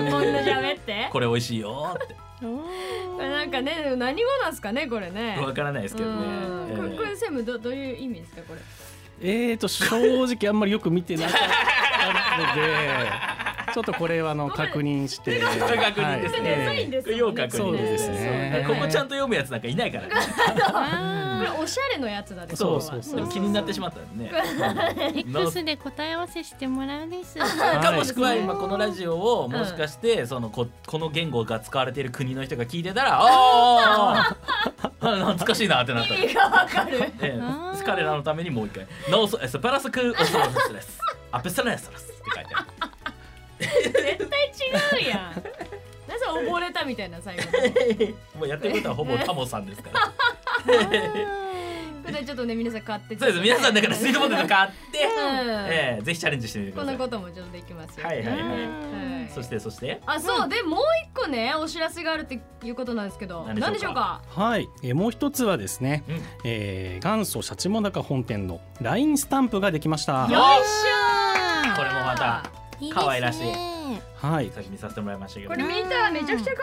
[SPEAKER 2] あんたじゃんこんな喋って
[SPEAKER 3] これ美味しいよって
[SPEAKER 2] これなんかね何語なんすかねこれね
[SPEAKER 3] わからないですけどね、
[SPEAKER 2] うんこれこれセムどどういう意味ですかこれ
[SPEAKER 4] えーと正直あんまりよく見てなかったの でちょっとこれはあの確認して
[SPEAKER 3] これ確認ですね、
[SPEAKER 2] はいデザインですもんね
[SPEAKER 3] よう確認
[SPEAKER 4] そうですね
[SPEAKER 3] ここちゃんと読むやつなんかいないからね
[SPEAKER 2] こ
[SPEAKER 1] あ
[SPEAKER 2] れおしゃれのやつだね
[SPEAKER 3] そう
[SPEAKER 4] そうそう
[SPEAKER 3] でも気になってしまったんでね
[SPEAKER 1] ー
[SPEAKER 3] うんノース
[SPEAKER 1] X で答え合わせしてもらうです
[SPEAKER 4] はい
[SPEAKER 3] かもしくは今このラジオをもしかしてそのここの言語が使われている国の人が聞いてた ら「ああ懐かしいな」ってなった
[SPEAKER 2] 意味がわかる
[SPEAKER 3] え
[SPEAKER 1] あ
[SPEAKER 3] え
[SPEAKER 1] ー
[SPEAKER 3] 彼らのためにもう一回「ノースエスパラスクオスロス です」「アペスラエスラス」って書いてある
[SPEAKER 2] 絶対違うやんなぜ溺れたみたいな最後のこ
[SPEAKER 3] もうやってることはほぼタモさんですから
[SPEAKER 2] れちょっとね皆さん買ってちょっと
[SPEAKER 3] そうです皆さんだからスイートポテト買って、
[SPEAKER 2] うん
[SPEAKER 3] ええぜひチャレンジしてみてく
[SPEAKER 2] こ
[SPEAKER 3] だ
[SPEAKER 2] ん
[SPEAKER 3] さ
[SPEAKER 2] ないこともちょっとできますよ
[SPEAKER 3] はいはいはい
[SPEAKER 2] は
[SPEAKER 3] そしてそして
[SPEAKER 2] あそう、でもう一個ねお知らせがあるっていうことなんですけど
[SPEAKER 3] 何で
[SPEAKER 2] 何で
[SPEAKER 3] し
[SPEAKER 2] し
[SPEAKER 3] ょ
[SPEAKER 2] ょ
[SPEAKER 3] う
[SPEAKER 2] う
[SPEAKER 3] か
[SPEAKER 2] か
[SPEAKER 4] はい、えーもう一つはですね、
[SPEAKER 3] うん
[SPEAKER 4] えー元祖シャチモナカ本店の LINE スタンプができました
[SPEAKER 2] よいしょー
[SPEAKER 3] これもまた可愛らしい
[SPEAKER 4] はい
[SPEAKER 3] 先にさせてもらいましたけど
[SPEAKER 2] こ
[SPEAKER 3] ね
[SPEAKER 2] れ見ためちゃくちゃ可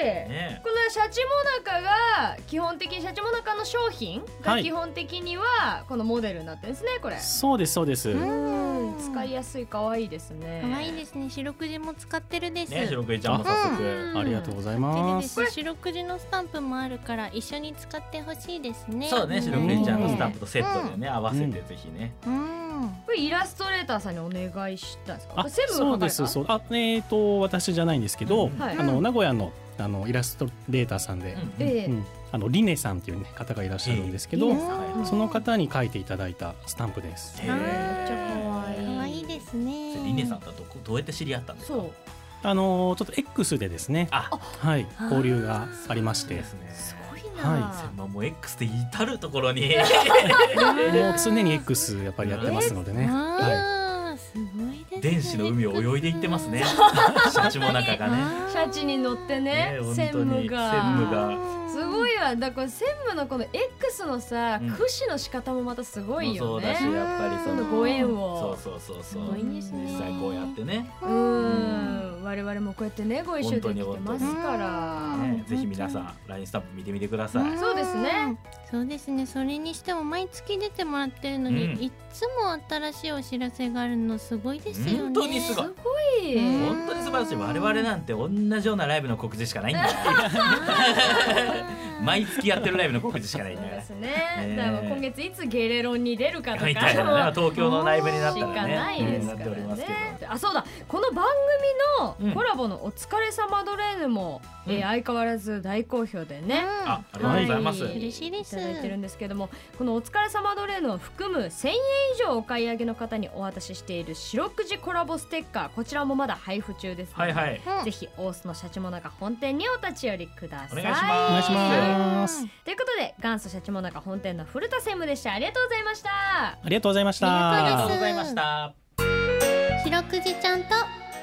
[SPEAKER 2] 愛い、
[SPEAKER 3] ね
[SPEAKER 2] このシャチモナカが基本的にシャチモナカの商品が
[SPEAKER 4] はい
[SPEAKER 2] 基本的にはこのモデルになってるんですねこれ、
[SPEAKER 4] そうですそうです、
[SPEAKER 2] うん使いやすい可愛いですね
[SPEAKER 1] 可愛いですね白くじも使ってるです、
[SPEAKER 3] ね白クイちゃんも早速、
[SPEAKER 1] うん
[SPEAKER 4] ありがとうござい
[SPEAKER 1] 手で
[SPEAKER 4] ま、
[SPEAKER 1] ですす白くじのスタンプもあるから一緒に使ってほしいですね
[SPEAKER 3] そうね、白
[SPEAKER 4] く
[SPEAKER 3] く
[SPEAKER 4] じ
[SPEAKER 3] じちゃんのスタンプとセットでね、合わせてぜひね。
[SPEAKER 1] うん
[SPEAKER 2] これイラストレーターさんにお願いしたんですかこ
[SPEAKER 4] あ
[SPEAKER 2] れセブンが
[SPEAKER 4] そ
[SPEAKER 2] 描かれた
[SPEAKER 4] うですそうあえー、と私じゃないんですけど、
[SPEAKER 3] うん
[SPEAKER 2] はい
[SPEAKER 4] あの名古屋のあのイラストレーターさんで、
[SPEAKER 3] うん
[SPEAKER 2] ええ
[SPEAKER 4] うんあのリネさんっていう、ね、方がいらっしゃるんですけど、
[SPEAKER 1] ええ
[SPEAKER 3] はい
[SPEAKER 4] その方に書いていただいたスタンプです
[SPEAKER 3] へえ
[SPEAKER 1] め
[SPEAKER 2] っちゃ可愛い
[SPEAKER 1] 可愛いですね
[SPEAKER 3] リネさんとはどこどうやって知り合ったんですか。
[SPEAKER 2] そう
[SPEAKER 4] あのちょっと X でですね
[SPEAKER 3] あ、
[SPEAKER 4] はい交流がありまし
[SPEAKER 3] で
[SPEAKER 4] て
[SPEAKER 3] すね。
[SPEAKER 2] すごいな、
[SPEAKER 4] はい
[SPEAKER 3] まあもう X で至るところに
[SPEAKER 4] もう常に X やっぱりやってますのでね、は
[SPEAKER 1] あーすごいですね
[SPEAKER 3] 電子の海を泳いでいってますね。 シャチも中がね。
[SPEAKER 2] シャチに乗って
[SPEAKER 3] ね
[SPEAKER 2] ね
[SPEAKER 3] 本当に
[SPEAKER 2] 専務が
[SPEAKER 3] 専務が
[SPEAKER 2] すごいわだから専務のこの X のさ、
[SPEAKER 3] うん
[SPEAKER 2] 駆使の仕方もまたすごい
[SPEAKER 3] そ
[SPEAKER 2] よ
[SPEAKER 3] うだし、
[SPEAKER 2] ね
[SPEAKER 3] やっぱりそ
[SPEAKER 2] そ
[SPEAKER 3] の
[SPEAKER 2] のご縁
[SPEAKER 3] そ
[SPEAKER 2] を
[SPEAKER 3] うそうそうそ
[SPEAKER 2] すご
[SPEAKER 3] う
[SPEAKER 2] い。ですね
[SPEAKER 3] 実際こうやってね、
[SPEAKER 2] うーん我々もこうやってねご一緒できてますから、
[SPEAKER 1] うん
[SPEAKER 3] ねぜひ皆さんラインスタンプ見てみてください。
[SPEAKER 2] そうですね
[SPEAKER 1] そうですねそれにしても毎月出てもらってるのに、
[SPEAKER 3] うん
[SPEAKER 1] いつも新しいお知らせがあるのすごいですよね
[SPEAKER 3] 本当にすごい。
[SPEAKER 2] すごい、
[SPEAKER 1] うん
[SPEAKER 3] 本当に素晴らしい我々なんて同じようなライブの告知しかないんだよ 毎月やってるライブの告知しかないん
[SPEAKER 2] そ
[SPEAKER 3] だ
[SPEAKER 2] う
[SPEAKER 3] か
[SPEAKER 2] で
[SPEAKER 3] ら
[SPEAKER 2] すね
[SPEAKER 3] ね
[SPEAKER 2] だからもう今月いつゲレロンに出るかとか
[SPEAKER 3] みたいなね東京のライブになっ
[SPEAKER 2] したから
[SPEAKER 3] ね
[SPEAKER 2] ないです
[SPEAKER 3] うんな
[SPEAKER 2] か
[SPEAKER 3] っ
[SPEAKER 2] ら
[SPEAKER 3] ておりますけ
[SPEAKER 2] ね
[SPEAKER 3] ど。
[SPEAKER 2] あそうだこの番組
[SPEAKER 3] うん
[SPEAKER 2] のコラボの「お疲れ様ドレーヌも」え
[SPEAKER 3] うん
[SPEAKER 2] ー相変わらず大好評でね。
[SPEAKER 3] あありがとうございます、
[SPEAKER 2] は
[SPEAKER 1] 嬉しいです
[SPEAKER 2] ただいてるんですけどもこの「お疲れ様ドレーヌ」を含む1000円以上お買い上げの方にお渡ししている白くじコラボステッカーこちらもまだ配布中ですの
[SPEAKER 3] は
[SPEAKER 2] で
[SPEAKER 3] いはい
[SPEAKER 2] ぜひ大須のシャチモナカ本店にお立ち寄りください
[SPEAKER 3] お願いします
[SPEAKER 4] お願いします
[SPEAKER 2] ということで元祖シャチモナカ本店の古田専務でしたありがとうございました
[SPEAKER 4] ありがとうございまし
[SPEAKER 1] あ
[SPEAKER 3] あ
[SPEAKER 1] り
[SPEAKER 3] り
[SPEAKER 1] がと
[SPEAKER 3] がと
[SPEAKER 1] う
[SPEAKER 3] う
[SPEAKER 1] ござ
[SPEAKER 3] ござ
[SPEAKER 1] い
[SPEAKER 3] い
[SPEAKER 1] ま
[SPEAKER 3] ま
[SPEAKER 1] し
[SPEAKER 3] した
[SPEAKER 1] 白くじちゃんと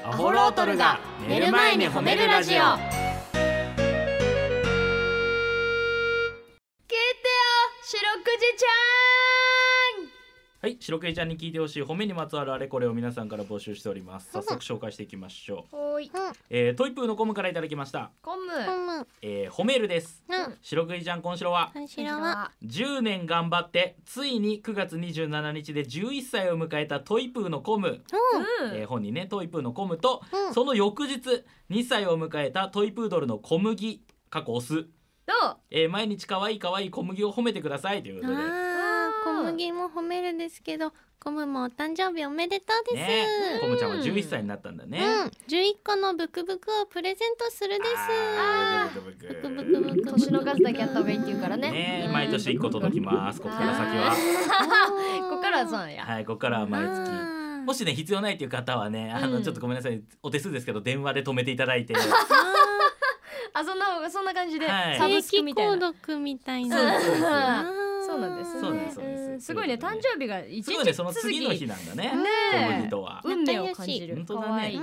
[SPEAKER 3] アホロートルが寝る前に褒めるラジオ
[SPEAKER 2] 聞いてよ白くじちゃん
[SPEAKER 3] はい、はい白クイちゃんに聞いてほしい褒めにまつわるあれこれを皆さんから募集しております早速紹介していきましょう、
[SPEAKER 2] ほーい。
[SPEAKER 3] えー、トイプーのコムからいただきました、
[SPEAKER 2] コム。
[SPEAKER 1] ふむうん
[SPEAKER 3] えー、褒めるです白クイちゃん今週は
[SPEAKER 1] 三四郎は
[SPEAKER 3] 10年頑張ってついに9月27日で11歳を迎えたトイプーのコム、
[SPEAKER 2] うん。
[SPEAKER 3] えー本にねトイプーのコムと
[SPEAKER 1] うんうん
[SPEAKER 3] その翌日2歳を迎えたトイプードルの小麦過去オス、
[SPEAKER 2] どう。
[SPEAKER 3] えー毎日可愛い可愛い小麦を褒めてくださいということで
[SPEAKER 1] あー
[SPEAKER 2] うん
[SPEAKER 1] 小麦も褒めるですけどコムもお誕生日おめでとうです、
[SPEAKER 3] ねコムちゃんは
[SPEAKER 2] うん
[SPEAKER 3] 11歳になったんだね、
[SPEAKER 1] うん、11個のブクブクをプレゼントするです
[SPEAKER 2] あ
[SPEAKER 3] ブクブ
[SPEAKER 1] ブクブク
[SPEAKER 3] ク
[SPEAKER 1] ブク
[SPEAKER 2] 年の数だけやった方がいいって言うからね。
[SPEAKER 3] ね
[SPEAKER 2] うん
[SPEAKER 3] 毎年1個届きますここから先は
[SPEAKER 2] あ
[SPEAKER 1] あー
[SPEAKER 2] ここからはそうなんや。
[SPEAKER 3] はいここからは毎月
[SPEAKER 1] あー
[SPEAKER 3] もしね必要ないという方はねあ
[SPEAKER 2] う
[SPEAKER 3] の
[SPEAKER 2] ん
[SPEAKER 3] ちょっとごめんなさいお手数ですけど電話で止めていただいて
[SPEAKER 2] あ、そんな、そんな感じで。
[SPEAKER 3] はい
[SPEAKER 2] サブス
[SPEAKER 1] 定
[SPEAKER 2] ク
[SPEAKER 1] 期
[SPEAKER 2] みたい
[SPEAKER 1] 購
[SPEAKER 2] な。
[SPEAKER 1] 読みたい
[SPEAKER 3] そう
[SPEAKER 1] な
[SPEAKER 3] ですそう
[SPEAKER 1] あ
[SPEAKER 2] ん
[SPEAKER 1] ー
[SPEAKER 2] そうなんですね。
[SPEAKER 3] そうなんですそうなんです
[SPEAKER 2] んごいね、誕生日が一
[SPEAKER 3] すぐ
[SPEAKER 2] 日
[SPEAKER 3] ねその
[SPEAKER 2] 続き
[SPEAKER 3] 次の日なんだね
[SPEAKER 2] ね
[SPEAKER 3] 小麦
[SPEAKER 2] え。
[SPEAKER 3] とは
[SPEAKER 2] 運命を感じる。
[SPEAKER 3] 本当だね
[SPEAKER 2] 可愛い
[SPEAKER 1] う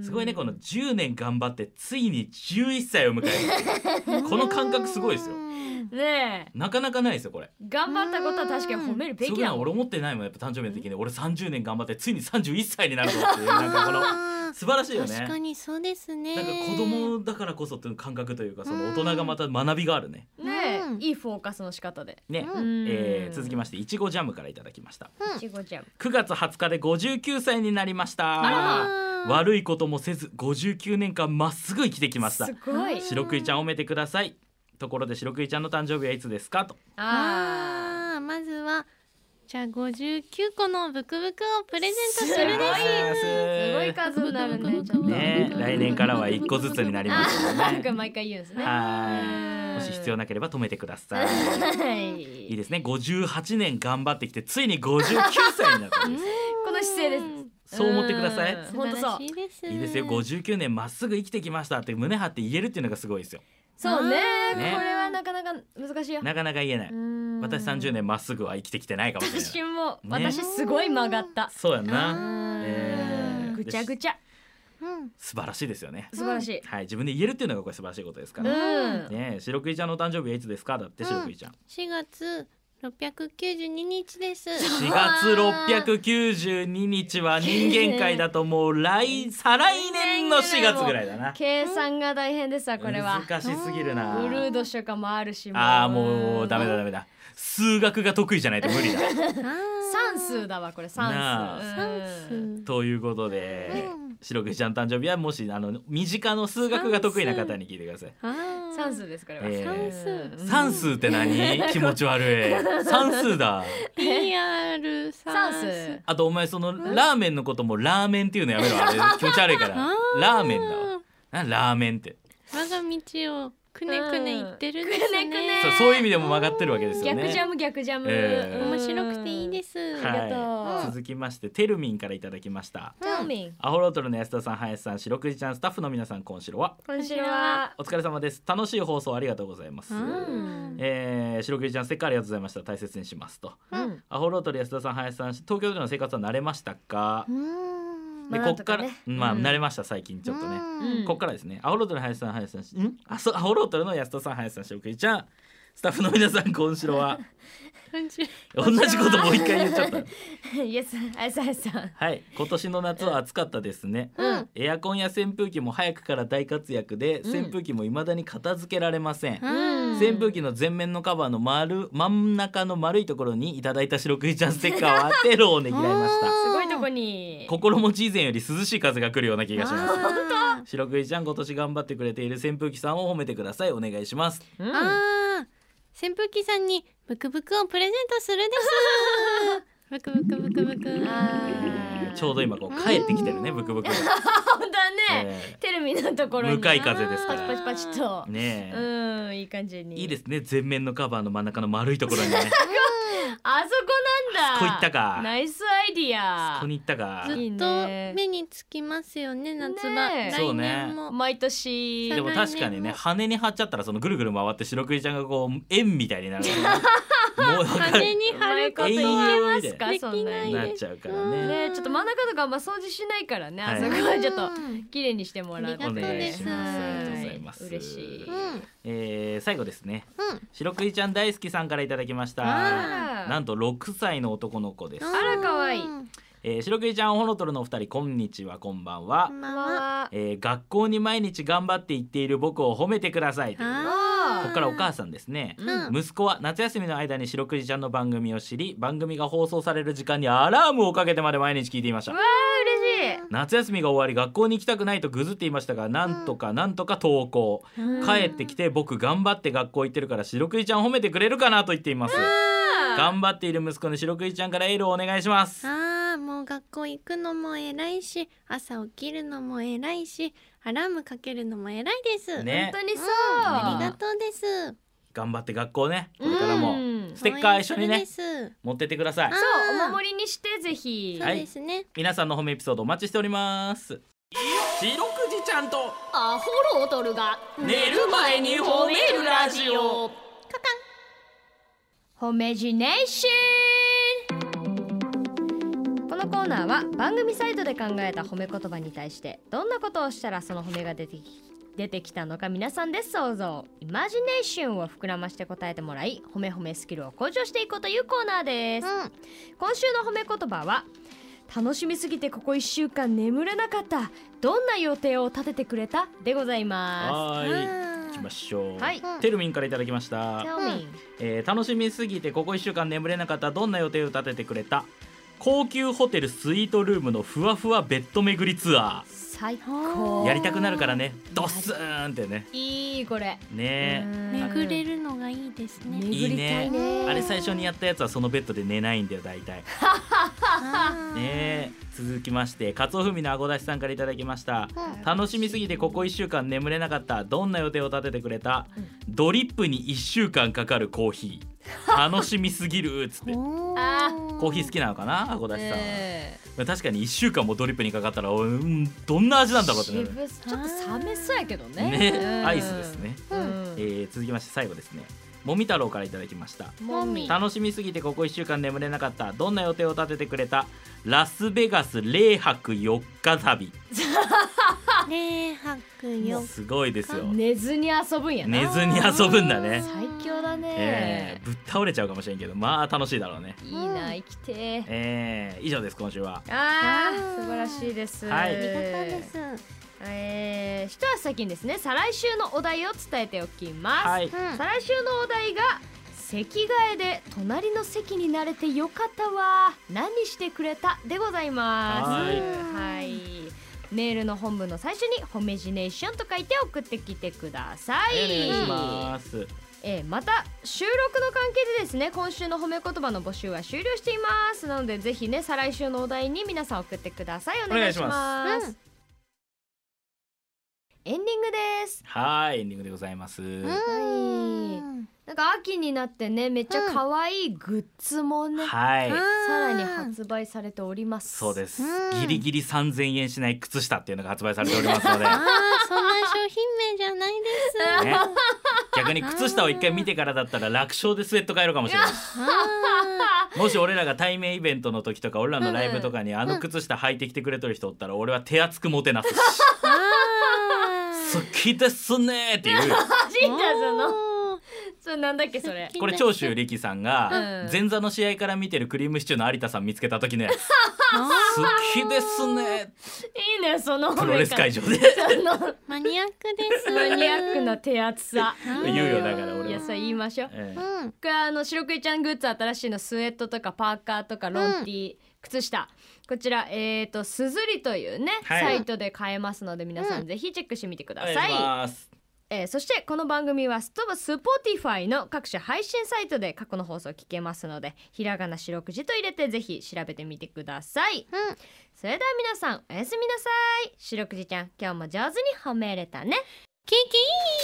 [SPEAKER 1] ん
[SPEAKER 3] すごいねこの10年頑張ってついに11歳を迎えるこの感覚すごいですよ
[SPEAKER 1] うん
[SPEAKER 2] ねえ
[SPEAKER 3] なかなかないですよこれ
[SPEAKER 2] 頑張ったことは確かに褒めるべ
[SPEAKER 3] そ
[SPEAKER 2] き
[SPEAKER 3] うな
[SPEAKER 2] だ
[SPEAKER 3] ん
[SPEAKER 2] もん
[SPEAKER 3] 俺思ってないもんやっぱ誕生日の時に俺30年頑張ってついに31歳になるぞっていうなんかこの
[SPEAKER 1] あー
[SPEAKER 3] 素晴らしいよね
[SPEAKER 1] 確かにそうですね
[SPEAKER 3] なんか子供だからこそっていう感覚というかその大人がまた学びがあるね。
[SPEAKER 2] ね
[SPEAKER 1] うん
[SPEAKER 2] えいいフォーカスの仕方で
[SPEAKER 3] ね、
[SPEAKER 1] うん
[SPEAKER 3] えー続きましていちごジャムからいただきました。
[SPEAKER 1] うん
[SPEAKER 2] いちごちゃん
[SPEAKER 3] 9月20日で59歳になりまし
[SPEAKER 2] あら
[SPEAKER 3] た。
[SPEAKER 1] あ
[SPEAKER 3] 悪いこともせず59年間まっすぐ生きてきました
[SPEAKER 2] す。ごい
[SPEAKER 3] 白クイちゃんを褒めてください。ところで白クイちゃんの誕生日はいつですかと。
[SPEAKER 1] ー
[SPEAKER 2] あー
[SPEAKER 1] あーまずはじゃあ59個のブクブクをプレゼントする
[SPEAKER 2] ごい
[SPEAKER 1] です
[SPEAKER 2] すごい
[SPEAKER 3] ね
[SPEAKER 2] 数になるねちゃんと
[SPEAKER 3] ね来年からは一個ずつになりま
[SPEAKER 2] あ
[SPEAKER 3] すよ
[SPEAKER 2] ーなん
[SPEAKER 3] ね。
[SPEAKER 2] か毎回言うんですね
[SPEAKER 3] はい。もし必要なければ止めてください。
[SPEAKER 2] はい
[SPEAKER 3] いいですね。58年頑張ってきてついに59歳になったんです。
[SPEAKER 2] この姿勢です
[SPEAKER 3] そう思ってください。
[SPEAKER 2] うん
[SPEAKER 1] 素晴
[SPEAKER 2] 本当
[SPEAKER 1] ら
[SPEAKER 2] そう
[SPEAKER 1] しいです
[SPEAKER 3] いいですよ。59年まっすぐ生きてきましたって胸張って言えるっていうのがすごいですよ。
[SPEAKER 2] そうね
[SPEAKER 3] ね
[SPEAKER 2] これはなかなか難しいよ
[SPEAKER 3] なかなか言えない。私30
[SPEAKER 2] 年
[SPEAKER 3] 年まっすぐは生きてきてないかもしれない。
[SPEAKER 2] 私も
[SPEAKER 3] ね
[SPEAKER 2] 私すごい曲がった
[SPEAKER 3] そうや
[SPEAKER 1] う
[SPEAKER 3] んな。
[SPEAKER 1] ん
[SPEAKER 3] えー
[SPEAKER 2] ぐちゃぐちゃ
[SPEAKER 1] うん
[SPEAKER 3] 素晴らしいですよね。
[SPEAKER 2] 素晴らしい
[SPEAKER 3] はい、自分で言えるっていうのがこれ素晴らしいことですか
[SPEAKER 2] う
[SPEAKER 3] ら。
[SPEAKER 2] ん
[SPEAKER 3] ねえ、白クイちゃんのお誕生日はいつですかだって白クイちゃん。
[SPEAKER 1] 4月692日です
[SPEAKER 3] 4月692日は人間界だともう来再来年の4月ぐらいだな。
[SPEAKER 2] 計算が大変ですわこれは
[SPEAKER 3] 難しすぎるな。
[SPEAKER 2] ブルードとかもあるし
[SPEAKER 3] ああもうダメだダメだ。数学が得意じゃないと無理だ。
[SPEAKER 1] 算
[SPEAKER 2] 算数だわこれ算
[SPEAKER 3] なあ
[SPEAKER 2] 数うん
[SPEAKER 1] 算
[SPEAKER 3] ということで、
[SPEAKER 1] うん
[SPEAKER 3] 白くじちゃんの誕生日はもしあの身近の数学が得意な方に聞いてください。
[SPEAKER 1] 数
[SPEAKER 2] 算数ですこれは
[SPEAKER 3] え
[SPEAKER 1] ー
[SPEAKER 2] うん
[SPEAKER 3] 算数って 何？気持ち悪い。算数だ。
[SPEAKER 1] リアル算
[SPEAKER 2] 算
[SPEAKER 1] 数
[SPEAKER 2] 数
[SPEAKER 3] あとお前そのラーメンのこともラーメンっていうのやめろ あれ気持ち悪いから
[SPEAKER 1] あ。ー
[SPEAKER 3] ラーメンだわ。なラーメンって。
[SPEAKER 1] 我が道をくねくね言ってるですね、
[SPEAKER 2] うんくねくね
[SPEAKER 3] そうそういう意味でも曲がってるわけですよ
[SPEAKER 2] 逆ジャ
[SPEAKER 3] ね。
[SPEAKER 2] ム逆ジャム
[SPEAKER 3] ええ
[SPEAKER 2] うん
[SPEAKER 1] 面白くていいです、
[SPEAKER 2] ありがと
[SPEAKER 3] は
[SPEAKER 2] う
[SPEAKER 3] い。続きましてテルミンからいただきました。
[SPEAKER 2] トーミン
[SPEAKER 3] アホロートルの安田さん、林さん、白くじちゃんスタッフの皆さん、今週は
[SPEAKER 2] 今週は
[SPEAKER 3] お疲れ様です。楽しい放送ありがとうございます。
[SPEAKER 1] うん
[SPEAKER 3] えー、白くじちゃんステッカーありがとうございました。大切にしますと。
[SPEAKER 1] うん
[SPEAKER 2] うん
[SPEAKER 3] アホロートル安田さん林さん東京での生活は慣れましたか、
[SPEAKER 1] うん
[SPEAKER 3] で
[SPEAKER 2] まあ
[SPEAKER 3] こっから
[SPEAKER 2] なんとかね
[SPEAKER 3] まあ
[SPEAKER 2] うん
[SPEAKER 3] 慣れました最近ちょっとね、
[SPEAKER 2] うん
[SPEAKER 3] こっからですねアホロートル林さん林さんんあそうアホロートルの安田さん林さん白くじちゃんスタッフの皆さん今週は
[SPEAKER 1] 感じ
[SPEAKER 3] 同じこともう一回言っちゃった
[SPEAKER 2] イエスあやさんあやさん
[SPEAKER 3] はい今年の夏は暑かったですね、
[SPEAKER 2] うん
[SPEAKER 3] エアコンや扇風機も早くから大活躍で
[SPEAKER 2] うん
[SPEAKER 3] 扇風機も未だに片付けられません、
[SPEAKER 1] うん
[SPEAKER 3] 扇風機の前面のカバーの丸真ん中の丸いところにいただいた白くじちゃんステッカーを当てろをねぎらいました
[SPEAKER 2] すごいとこに
[SPEAKER 3] 心持ち以前より涼しい風が来るような気がします
[SPEAKER 1] 本
[SPEAKER 3] 白クイちゃん今年頑張ってくれている扇風機さんを褒めてくださいお願いします
[SPEAKER 2] うん
[SPEAKER 1] あー扇風機さんにブクブクをプレゼントするです ブクブクブクブク
[SPEAKER 2] あー
[SPEAKER 3] ちょうど今こう帰ってきてるね
[SPEAKER 1] うん
[SPEAKER 3] ブクブクが、
[SPEAKER 2] 本当だね
[SPEAKER 3] え
[SPEAKER 2] テルミのところ
[SPEAKER 3] ー
[SPEAKER 2] に
[SPEAKER 3] 向かい風ですか
[SPEAKER 2] パチパチ
[SPEAKER 3] ら
[SPEAKER 2] パチと
[SPEAKER 3] ねえ
[SPEAKER 2] うんいい感じに
[SPEAKER 3] いいですすね前面のカバーの真ん中の丸いところ にね
[SPEAKER 2] あそこなんだ
[SPEAKER 3] あそこ行ったか
[SPEAKER 2] ナイスアイディ
[SPEAKER 3] こ
[SPEAKER 2] ア
[SPEAKER 3] こに行ったか
[SPEAKER 1] ずっ
[SPEAKER 2] いい
[SPEAKER 1] と
[SPEAKER 2] ね
[SPEAKER 1] 目につきますよね夏場
[SPEAKER 2] ねえ
[SPEAKER 3] そう
[SPEAKER 1] 来
[SPEAKER 3] ね
[SPEAKER 1] 年も
[SPEAKER 2] 毎年
[SPEAKER 3] でも確かにね羽に張っちゃったらそのぐるぐる回って白クイちゃんがこう円みたいになるもう分か
[SPEAKER 1] 羽
[SPEAKER 3] る
[SPEAKER 1] に貼ること
[SPEAKER 3] 永
[SPEAKER 1] は
[SPEAKER 3] 遠みた
[SPEAKER 2] です
[SPEAKER 3] い
[SPEAKER 2] か
[SPEAKER 1] でき
[SPEAKER 2] そ
[SPEAKER 1] ない
[SPEAKER 2] んなに
[SPEAKER 3] な
[SPEAKER 2] ね
[SPEAKER 3] なっちゃうからね
[SPEAKER 2] ねちょっと真ん中とかあんま掃除しないからね、
[SPEAKER 3] はい
[SPEAKER 2] あそこはちょっと綺麗にしてもらって
[SPEAKER 1] ありがとうですお願いします
[SPEAKER 3] ありがとうございます
[SPEAKER 2] 嬉しい、
[SPEAKER 1] うん
[SPEAKER 3] えー最後ですね
[SPEAKER 1] うん
[SPEAKER 3] 白クイちゃん大好きさんからいただきました
[SPEAKER 1] あー
[SPEAKER 3] なんと6歳の男の子です、
[SPEAKER 2] んら可愛い
[SPEAKER 1] うん
[SPEAKER 3] えー、白くじちゃんほのとるのお二人こんにちはこんばんは、
[SPEAKER 1] こん
[SPEAKER 2] こ
[SPEAKER 1] ば
[SPEAKER 2] ん
[SPEAKER 1] ん
[SPEAKER 2] ばん
[SPEAKER 1] は
[SPEAKER 2] は
[SPEAKER 3] えー学校に毎日頑張って行っている僕を褒めてくださいという
[SPEAKER 1] あー
[SPEAKER 3] ここからお母さんですね、
[SPEAKER 1] うん
[SPEAKER 3] 息子は夏休みの間に白くじちゃんの番組を知り番組が放送される時間にアラームをかけてまで毎日聞いていました
[SPEAKER 2] うわ嬉しい
[SPEAKER 3] 夏休みが終わり学校に行きたくないとぐずっていましたがなんとかなんとか投稿、
[SPEAKER 1] うん
[SPEAKER 3] 帰ってきて僕頑張って学校行ってるから白くじちゃん褒めてくれるかなと言っています、頑張っている息子に白くじちゃんからエールをお願いします
[SPEAKER 1] あーもう学校行くのも偉いし朝起きるのも偉いしアラームかけるのも偉いです、
[SPEAKER 3] ね
[SPEAKER 2] 本当にそう
[SPEAKER 1] ありがとうです
[SPEAKER 3] 頑張って学校ねこれから
[SPEAKER 2] う
[SPEAKER 3] も
[SPEAKER 2] ん
[SPEAKER 3] ステッカー一緒にね
[SPEAKER 1] 応援するです
[SPEAKER 3] 持ってってください
[SPEAKER 2] そうお守りにしてぜひ
[SPEAKER 1] そうですね、
[SPEAKER 3] 皆さんの褒めエピソードお待ちしております白くじちゃんと
[SPEAKER 5] アホロトルが
[SPEAKER 3] 寝る前に褒めるラジオ
[SPEAKER 2] ホメジネーションこのコーナーは番組サイトで考えた褒め言葉に対してどんなことをしたらその褒めが出てき出てきたのか皆さんで想像イマジネーションを膨らまして答えてもらい褒め褒めスキルを向上していこうというコーナーです、
[SPEAKER 1] うん
[SPEAKER 2] 今週の褒め言葉は楽しみすぎてここ1週間眠れなかったどんな予定を立ててくれたでございま
[SPEAKER 3] は
[SPEAKER 1] うん
[SPEAKER 3] ーい行きましょう、
[SPEAKER 2] はい
[SPEAKER 3] テルミンからいただきまし
[SPEAKER 2] す
[SPEAKER 3] た
[SPEAKER 2] チャオミン
[SPEAKER 3] えー楽しみすぎてここ1週間眠れなかったどんな予定を立ててくれた高級ホテルスイートルームのふわふわベッド巡りツア
[SPEAKER 2] 最
[SPEAKER 1] お
[SPEAKER 2] 高
[SPEAKER 3] ーやりたくなるからねドスーンってね
[SPEAKER 2] いいこれ
[SPEAKER 3] ね
[SPEAKER 2] うん
[SPEAKER 1] 巡れるのがいいですね
[SPEAKER 2] 巡りたいね
[SPEAKER 1] いいね
[SPEAKER 3] あれ最初にやったやつはそのベッドで寝ないんだよ大体
[SPEAKER 1] あー
[SPEAKER 3] ね続きましてカツオフミのあごだしさんからいただきました
[SPEAKER 1] うん
[SPEAKER 3] 楽しみすぎてここ1週間眠れなかったどんな予定を立ててくれた
[SPEAKER 2] うん
[SPEAKER 3] ドリップに1週間かかるコーヒ ー楽しみすぎるっつって
[SPEAKER 1] お
[SPEAKER 2] あ
[SPEAKER 3] コーヒー好きなのかなあごだしさんは
[SPEAKER 2] ええ
[SPEAKER 3] 確かに1週間もドリップにかかったら、うん、どんな味なんだろうってなる
[SPEAKER 2] 渋ちょっと冷めそうやけどね
[SPEAKER 3] ねアイスです、ね、
[SPEAKER 2] うん
[SPEAKER 3] えー続きまして最後ですねもみ太郎からいただきました
[SPEAKER 2] もみ
[SPEAKER 3] 楽しみすぎてここ1週間眠れなかったどんな予定を立ててくれたラスベガス0泊4日旅
[SPEAKER 1] 0泊4
[SPEAKER 3] すごいですよ
[SPEAKER 2] 寝ずに遊ぶんやな、
[SPEAKER 3] 寝ずに遊ぶんだね
[SPEAKER 2] 最強だ
[SPEAKER 3] え
[SPEAKER 2] ね
[SPEAKER 3] ー、ぶっ倒れちゃうかもしれんけどまあ楽しいだろうね
[SPEAKER 2] いいな生きてー
[SPEAKER 3] えー、以上です今週は
[SPEAKER 2] あー素晴らしいです、
[SPEAKER 1] あ
[SPEAKER 3] はい
[SPEAKER 1] りがたいです、
[SPEAKER 2] えー、一足先にですね再来週のお題を伝えておきます、
[SPEAKER 3] はい
[SPEAKER 1] うん
[SPEAKER 2] 再来週のお題が席替えで隣の席になれてよかったわ何してくれたでございます
[SPEAKER 3] はい
[SPEAKER 2] はいメールの本文の最初に「ホメジネーション」と書いて送ってきてください、
[SPEAKER 3] お願いします
[SPEAKER 2] えーまた収録の関係でですね今週の褒め言葉の募集は終了していますなのでぜひね再来週のお題に皆さん送ってくださいお願いします
[SPEAKER 1] お願いしますうん
[SPEAKER 2] エンディングです
[SPEAKER 3] はいエンディングでございます、
[SPEAKER 1] うん
[SPEAKER 2] なんか秋になってねめっちゃ可愛いグッズもね、
[SPEAKER 3] はい
[SPEAKER 2] さらに発売されております
[SPEAKER 3] そうです、
[SPEAKER 1] うん
[SPEAKER 3] ギリギリ3000円しない靴下っていうのが発売されておりますので
[SPEAKER 1] あーそんな商品名じゃないです。
[SPEAKER 3] ね逆に靴下を一回見てからだったら楽勝でスウェット買えるかもしれない
[SPEAKER 1] あ
[SPEAKER 3] もし俺らが対面イベントの時とか俺らのライブとかにあの靴下履いてきてくれとる人おったら俺は手厚くもてなすし
[SPEAKER 1] ーあー
[SPEAKER 3] 好きですねーっていう
[SPEAKER 2] ジンジャーズの
[SPEAKER 1] おー
[SPEAKER 2] それなんだっけそれ
[SPEAKER 3] これ長州力さん
[SPEAKER 2] う
[SPEAKER 3] が
[SPEAKER 2] ん
[SPEAKER 3] 前座の試合から見てるクリームシチューの有田さん見つけた時のやつ
[SPEAKER 1] あ
[SPEAKER 3] 好きですね
[SPEAKER 2] いいねその
[SPEAKER 3] ープロレス会場で
[SPEAKER 2] その
[SPEAKER 1] ーマニアックです。
[SPEAKER 2] マニアックな手厚さ
[SPEAKER 1] はい
[SPEAKER 3] 言うよだから俺はい
[SPEAKER 2] やそれ言いましょう
[SPEAKER 3] え
[SPEAKER 1] う
[SPEAKER 3] え
[SPEAKER 1] ん。
[SPEAKER 2] これあの白クイちゃんグッズ新しいのスウェットとかパーカーとかロンティー、靴下こちらえー、とすずりというね、
[SPEAKER 3] はい
[SPEAKER 2] サイトで買えますので皆さんぜひチェックしてみてくだ
[SPEAKER 3] お
[SPEAKER 2] さ
[SPEAKER 3] 願
[SPEAKER 2] い、
[SPEAKER 3] いします
[SPEAKER 2] えーそしてこの番組はストブスポティファイの各種配信サイトで過去の放送を聞けますのでひらがな四六時と入れてぜひ調べてみてください、
[SPEAKER 1] うん
[SPEAKER 2] それでは皆さんおやすみなさい四六時ちゃん今日も上手に褒めれたね
[SPEAKER 1] キキー